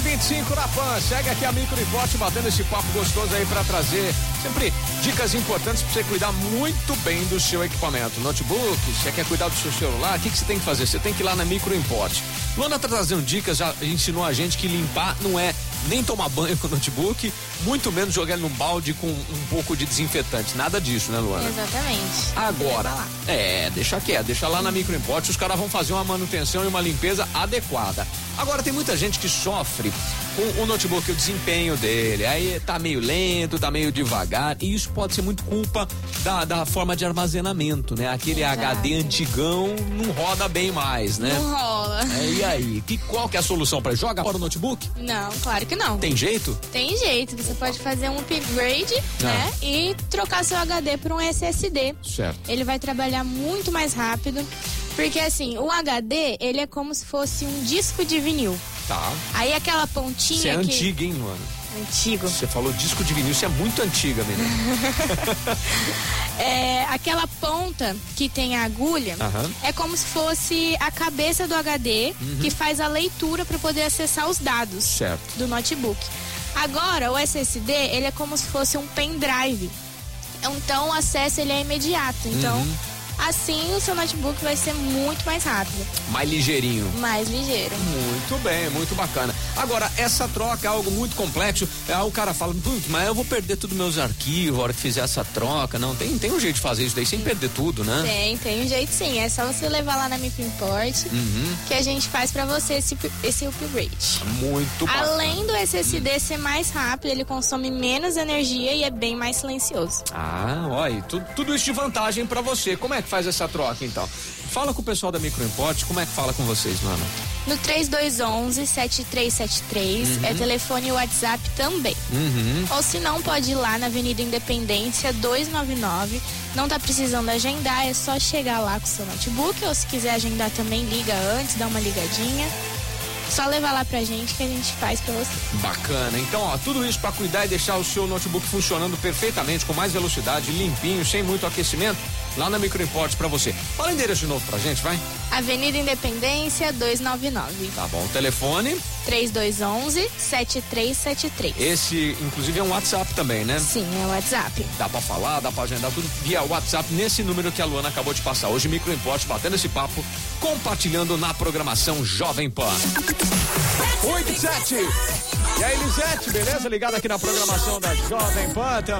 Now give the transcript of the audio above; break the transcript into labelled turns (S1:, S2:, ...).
S1: 25 na Pan. Segue aqui a Micro e Forte batendo esse papo gostoso aí para trazer sempre dicas importantes para você cuidar muito bem do seu equipamento. Notebook, você quer cuidar do seu celular, o que, que você tem que fazer? Você tem que ir lá na Micro Importe. Luana tá trazendo dicas, já ensinou a gente que limpar não é nem tomar banho com o notebook, muito menos jogar ele num balde com um pouco de desinfetante. Nada disso, né, Luana?
S2: Exatamente.
S1: Agora,
S2: Leva lá.
S1: é, deixa quieto, deixa lá na microimporte, os caras vão fazer uma manutenção e uma limpeza adequada. Agora, tem muita gente que sofre com o notebook, o desempenho dele, aí tá meio lento, tá meio devagar, e isso pode ser muito culpa da, da forma de armazenamento, né? Aquele
S2: Exato.
S1: HD antigão não roda bem mais, né?
S2: Não rola.
S1: É, E aí, que, qual que é a solução para Joga fora o notebook?
S2: Não, claro que não.
S1: Tem jeito?
S2: Tem jeito, você pode fazer um upgrade,
S1: Ah.
S2: né? E trocar seu HD por um SSD.
S1: Certo.
S2: Ele vai trabalhar muito mais rápido, porque assim, o HD, ele é como se fosse um disco de vinil.
S1: Tá.
S2: Aí aquela
S1: Você
S2: pontinha
S1: é
S2: que
S1: antiga, hein, Luana?
S2: antigo.
S1: Você falou disco de vinil, você é muito antiga, menina.
S2: É, aquela ponta que tem a agulha
S1: Aham. Uhum.
S2: é como se fosse a cabeça do HD que faz a leitura para poder acessar os dados
S1: Certo.
S2: do notebook. Agora, o SSD, ele é como se fosse um pendrive. Então, o acesso ele é imediato. Então,
S1: Uhum.
S2: assim o seu notebook vai ser muito mais rápido,
S1: Mais ligeirinho.
S2: mais ligeiro.
S1: Muito bem, muito bacana. Agora, essa troca é algo muito complexo. É, Aí o cara fala, "Putz, mas eu vou perder todos meus arquivos a hora que fizer essa troca. Não, tem, tem um jeito de fazer isso daí sem perder tudo, né?
S2: Tem, tem um jeito sim. É só você levar lá na Microimport
S1: Uhum.
S2: que a gente faz para você esse, esse upgrade.
S1: É Muito bacana.
S2: Além do SSD ser mais rápido, ele consome menos energia e é bem mais silencioso.
S1: Ah, olha, tu- tudo isso de vantagem pra você. Como é que faz essa troca, então? Fala com o pessoal da Microimport, como é que fala com vocês, mano?
S2: No 3211-7373 é telefone e WhatsApp também. Ou se não, pode ir lá na Avenida Independência 299. Não tá precisando agendar, é só chegar lá com seu notebook. Ou se quiser agendar também, liga antes, dá uma ligadinha. Só levar lá pra gente que a gente faz pra você.
S1: Bacana. Então, ó, tudo isso para cuidar e deixar o seu notebook funcionando perfeitamente, com mais velocidade, limpinho, sem muito aquecimento, lá na Microimport pra você. Fala o endereço de novo pra gente, vai.
S2: Avenida Independência 299.
S1: Tá bom, o telefone.
S2: 3211-7373.
S1: Esse, inclusive, é um WhatsApp também, né?
S2: Sim, é o WhatsApp.
S1: Dá pra falar, dá pra agendar tudo via WhatsApp nesse número que a Luana acabou de passar. Hoje, Microimport batendo esse papo, compartilhando na programação Jovem Pan. 8 e 7. E aí, Elisete, beleza? Ligada aqui na programação da Jovem Pan.